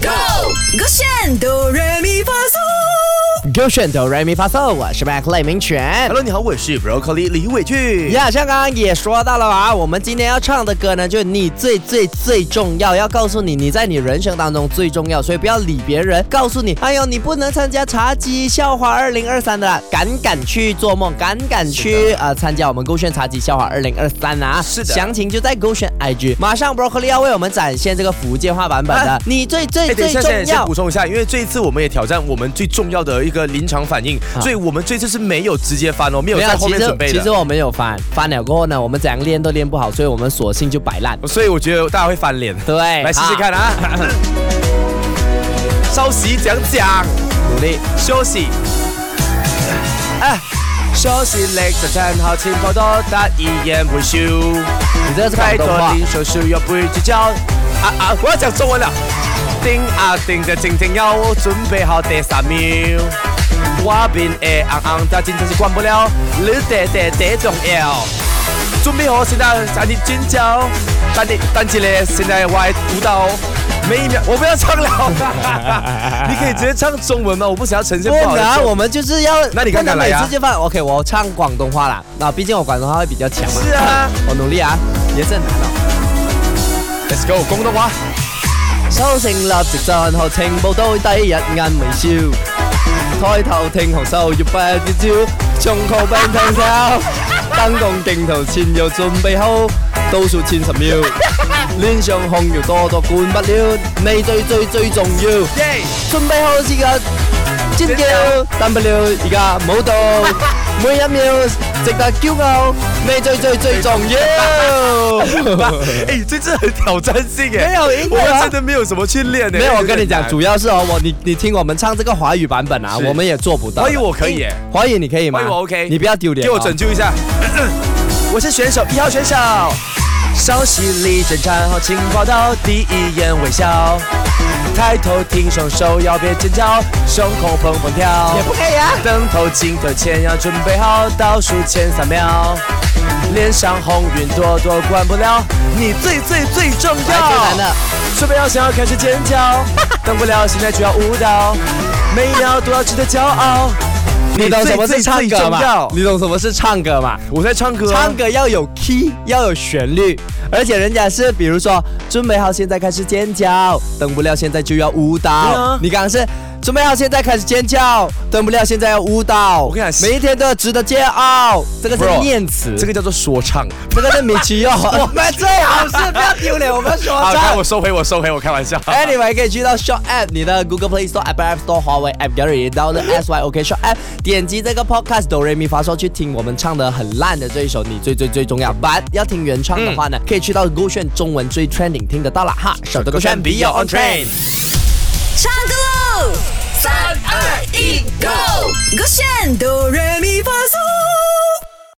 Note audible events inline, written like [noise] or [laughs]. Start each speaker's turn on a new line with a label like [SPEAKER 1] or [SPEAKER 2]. [SPEAKER 1] Go，我选哆来咪发嗦。
[SPEAKER 2] 勾选哆来咪发嗦，我是 Mac 赖明全。
[SPEAKER 3] [laughs] Hello，你好，我是 Broccoli 李伟俊。
[SPEAKER 2] 呀，像刚刚也说到了啊，我们今天要唱的歌呢，就是你最最最重要，要告诉你你在你人生当中最重要，所以不要理别人，告诉你，哎呦，你不能参加茶几校花二零二三的啦，赶赶去做梦，赶赶去呃参加我们勾选茶几校花二零二三啊，
[SPEAKER 3] 是的
[SPEAKER 2] 详情就在勾选 IG。马上 Broccoli 要为我们展现这个福建话版本的，
[SPEAKER 3] 啊
[SPEAKER 2] 你最最
[SPEAKER 3] 哎，等
[SPEAKER 2] 最
[SPEAKER 3] 一下，
[SPEAKER 2] 重
[SPEAKER 3] 先先
[SPEAKER 2] 要
[SPEAKER 3] 补。充一下，因为这一次我们也挑战我们最重要的一个临场反应，
[SPEAKER 2] 啊
[SPEAKER 3] 所以我们这次是没有直接翻哦，没有
[SPEAKER 2] 没有
[SPEAKER 3] 在，后
[SPEAKER 2] 其
[SPEAKER 3] 面准
[SPEAKER 2] 实
[SPEAKER 3] 备
[SPEAKER 2] 其实
[SPEAKER 3] 的。
[SPEAKER 2] 我们有翻翻了过后呢，我们怎样练都练不好，所以我们索性就摆
[SPEAKER 3] [laughs]
[SPEAKER 2] 烂。
[SPEAKER 3] 所以我觉得大家会翻脸。
[SPEAKER 2] 对，
[SPEAKER 3] 来试试看啊！ [laughs] 稍息讲讲，努力休息。哎，休息力就趁好前過多得意言不休。
[SPEAKER 2] 你这个是
[SPEAKER 3] 太
[SPEAKER 2] 广
[SPEAKER 3] 多
[SPEAKER 2] 东话。
[SPEAKER 3] 年少需要背住教。啊啊！我要讲中文了。叮啊叮嘅靜靜休，準備好第三秒。我邊誒硬硬，但真真是慣不了，你得得得重要。准备好现在赶紧尖叫，但你但起来，现在我还读到每一秒，我不要
[SPEAKER 2] [laughs]
[SPEAKER 3] 唱了，你可以直接唱中文吗？我不想要呈现
[SPEAKER 2] 不啊
[SPEAKER 3] 不好的
[SPEAKER 2] 然
[SPEAKER 3] 中
[SPEAKER 2] 我们就是要，
[SPEAKER 3] 那你看看来呀
[SPEAKER 2] 不能每次就放 OK，我唱广东话啦，那、毕竟我广东话会比较强嘛。
[SPEAKER 3] 是啊，
[SPEAKER 2] 我努力啊，也是很难哦。
[SPEAKER 3] Let's go 广东话，
[SPEAKER 2] 收成立直讚學情報都低一眼微笑，抬頭挺紅手要不要招，從靠病聽手，登共鏡頭前又準備好，倒數前十秒，臉上紅要多多管不了，你最最最重要。
[SPEAKER 3] 耶！
[SPEAKER 2] 準備好時間，尖叫，等不了而家冇到，每一秒值得驕傲，你最最最重
[SPEAKER 3] [laughs]
[SPEAKER 2] 要。
[SPEAKER 3] 哎，这次很挑战性哎，
[SPEAKER 2] Oh 没有赢
[SPEAKER 3] 我
[SPEAKER 2] 过啊
[SPEAKER 3] 们真的没有什么去练哎。
[SPEAKER 2] 没有，我跟你
[SPEAKER 3] 有
[SPEAKER 2] 讲，
[SPEAKER 3] 点难
[SPEAKER 2] 主要是哦，我你你听我们唱这个华语版本啊，
[SPEAKER 3] 是
[SPEAKER 2] 我们也做不到。哎
[SPEAKER 3] 华语我可以耶
[SPEAKER 2] 华语你可以吗？
[SPEAKER 3] 华语我 OK
[SPEAKER 2] 你不要丢脸、
[SPEAKER 3] 给我拯。救一下。啊 [coughs] 我是选手一号选手，稍息立正站好，请报到第一眼微笑，抬头挺胸，手要别尖叫，胸口砰砰跳
[SPEAKER 2] 也。不可以啊。
[SPEAKER 3] 灯头镜头前要准备好，倒数前三秒，脸上红晕朵朵管不了，你最最哎最重
[SPEAKER 2] 来，最
[SPEAKER 3] 要
[SPEAKER 2] 难。的。
[SPEAKER 3] 准备好想要开始尖 [laughs] 叫，等不了现在就要舞蹈，每秒都要值得骄傲。
[SPEAKER 2] 你懂什么是唱歌
[SPEAKER 3] 最最最重
[SPEAKER 2] 吗
[SPEAKER 3] 要？
[SPEAKER 2] 你懂什么是唱歌吗？
[SPEAKER 3] 我在唱歌啊，
[SPEAKER 2] 唱歌要有 key，要有旋律，而且人家是比如说准备好现在开始尖叫，等不了现在就要舞蹈。
[SPEAKER 3] 对啊
[SPEAKER 2] 你刚刚是准备好现在开始尖叫，等不了现在要舞蹈。我
[SPEAKER 3] 跟你讲
[SPEAKER 2] 每一天都要值得骄傲，这个是
[SPEAKER 3] Bro，
[SPEAKER 2] 念词，
[SPEAKER 3] 这个叫做说唱。
[SPEAKER 2] 这个是米奇
[SPEAKER 3] [laughs]
[SPEAKER 2] 哟。我们最好是不要丢脸，我们说
[SPEAKER 3] 好，
[SPEAKER 2] 唱
[SPEAKER 3] 我。收回，我收回，我开玩笑。
[SPEAKER 2] Anyway，可以去到 Shop App 你的 Google Play Store、Apple App Store、华为 App Gallery，然后呢 SYOK Shop App，点击这个 Podcast 哆瑞咪发嗦去听我们唱的很烂的这一首《你最最最重要》，But 要听原唱的话呢，可以去到勾选中文最 trending 听得到了哈。首的勾选 Be Your On Trend。
[SPEAKER 1] 唱歌喽！三二一，Go！我选哆来咪发嗦。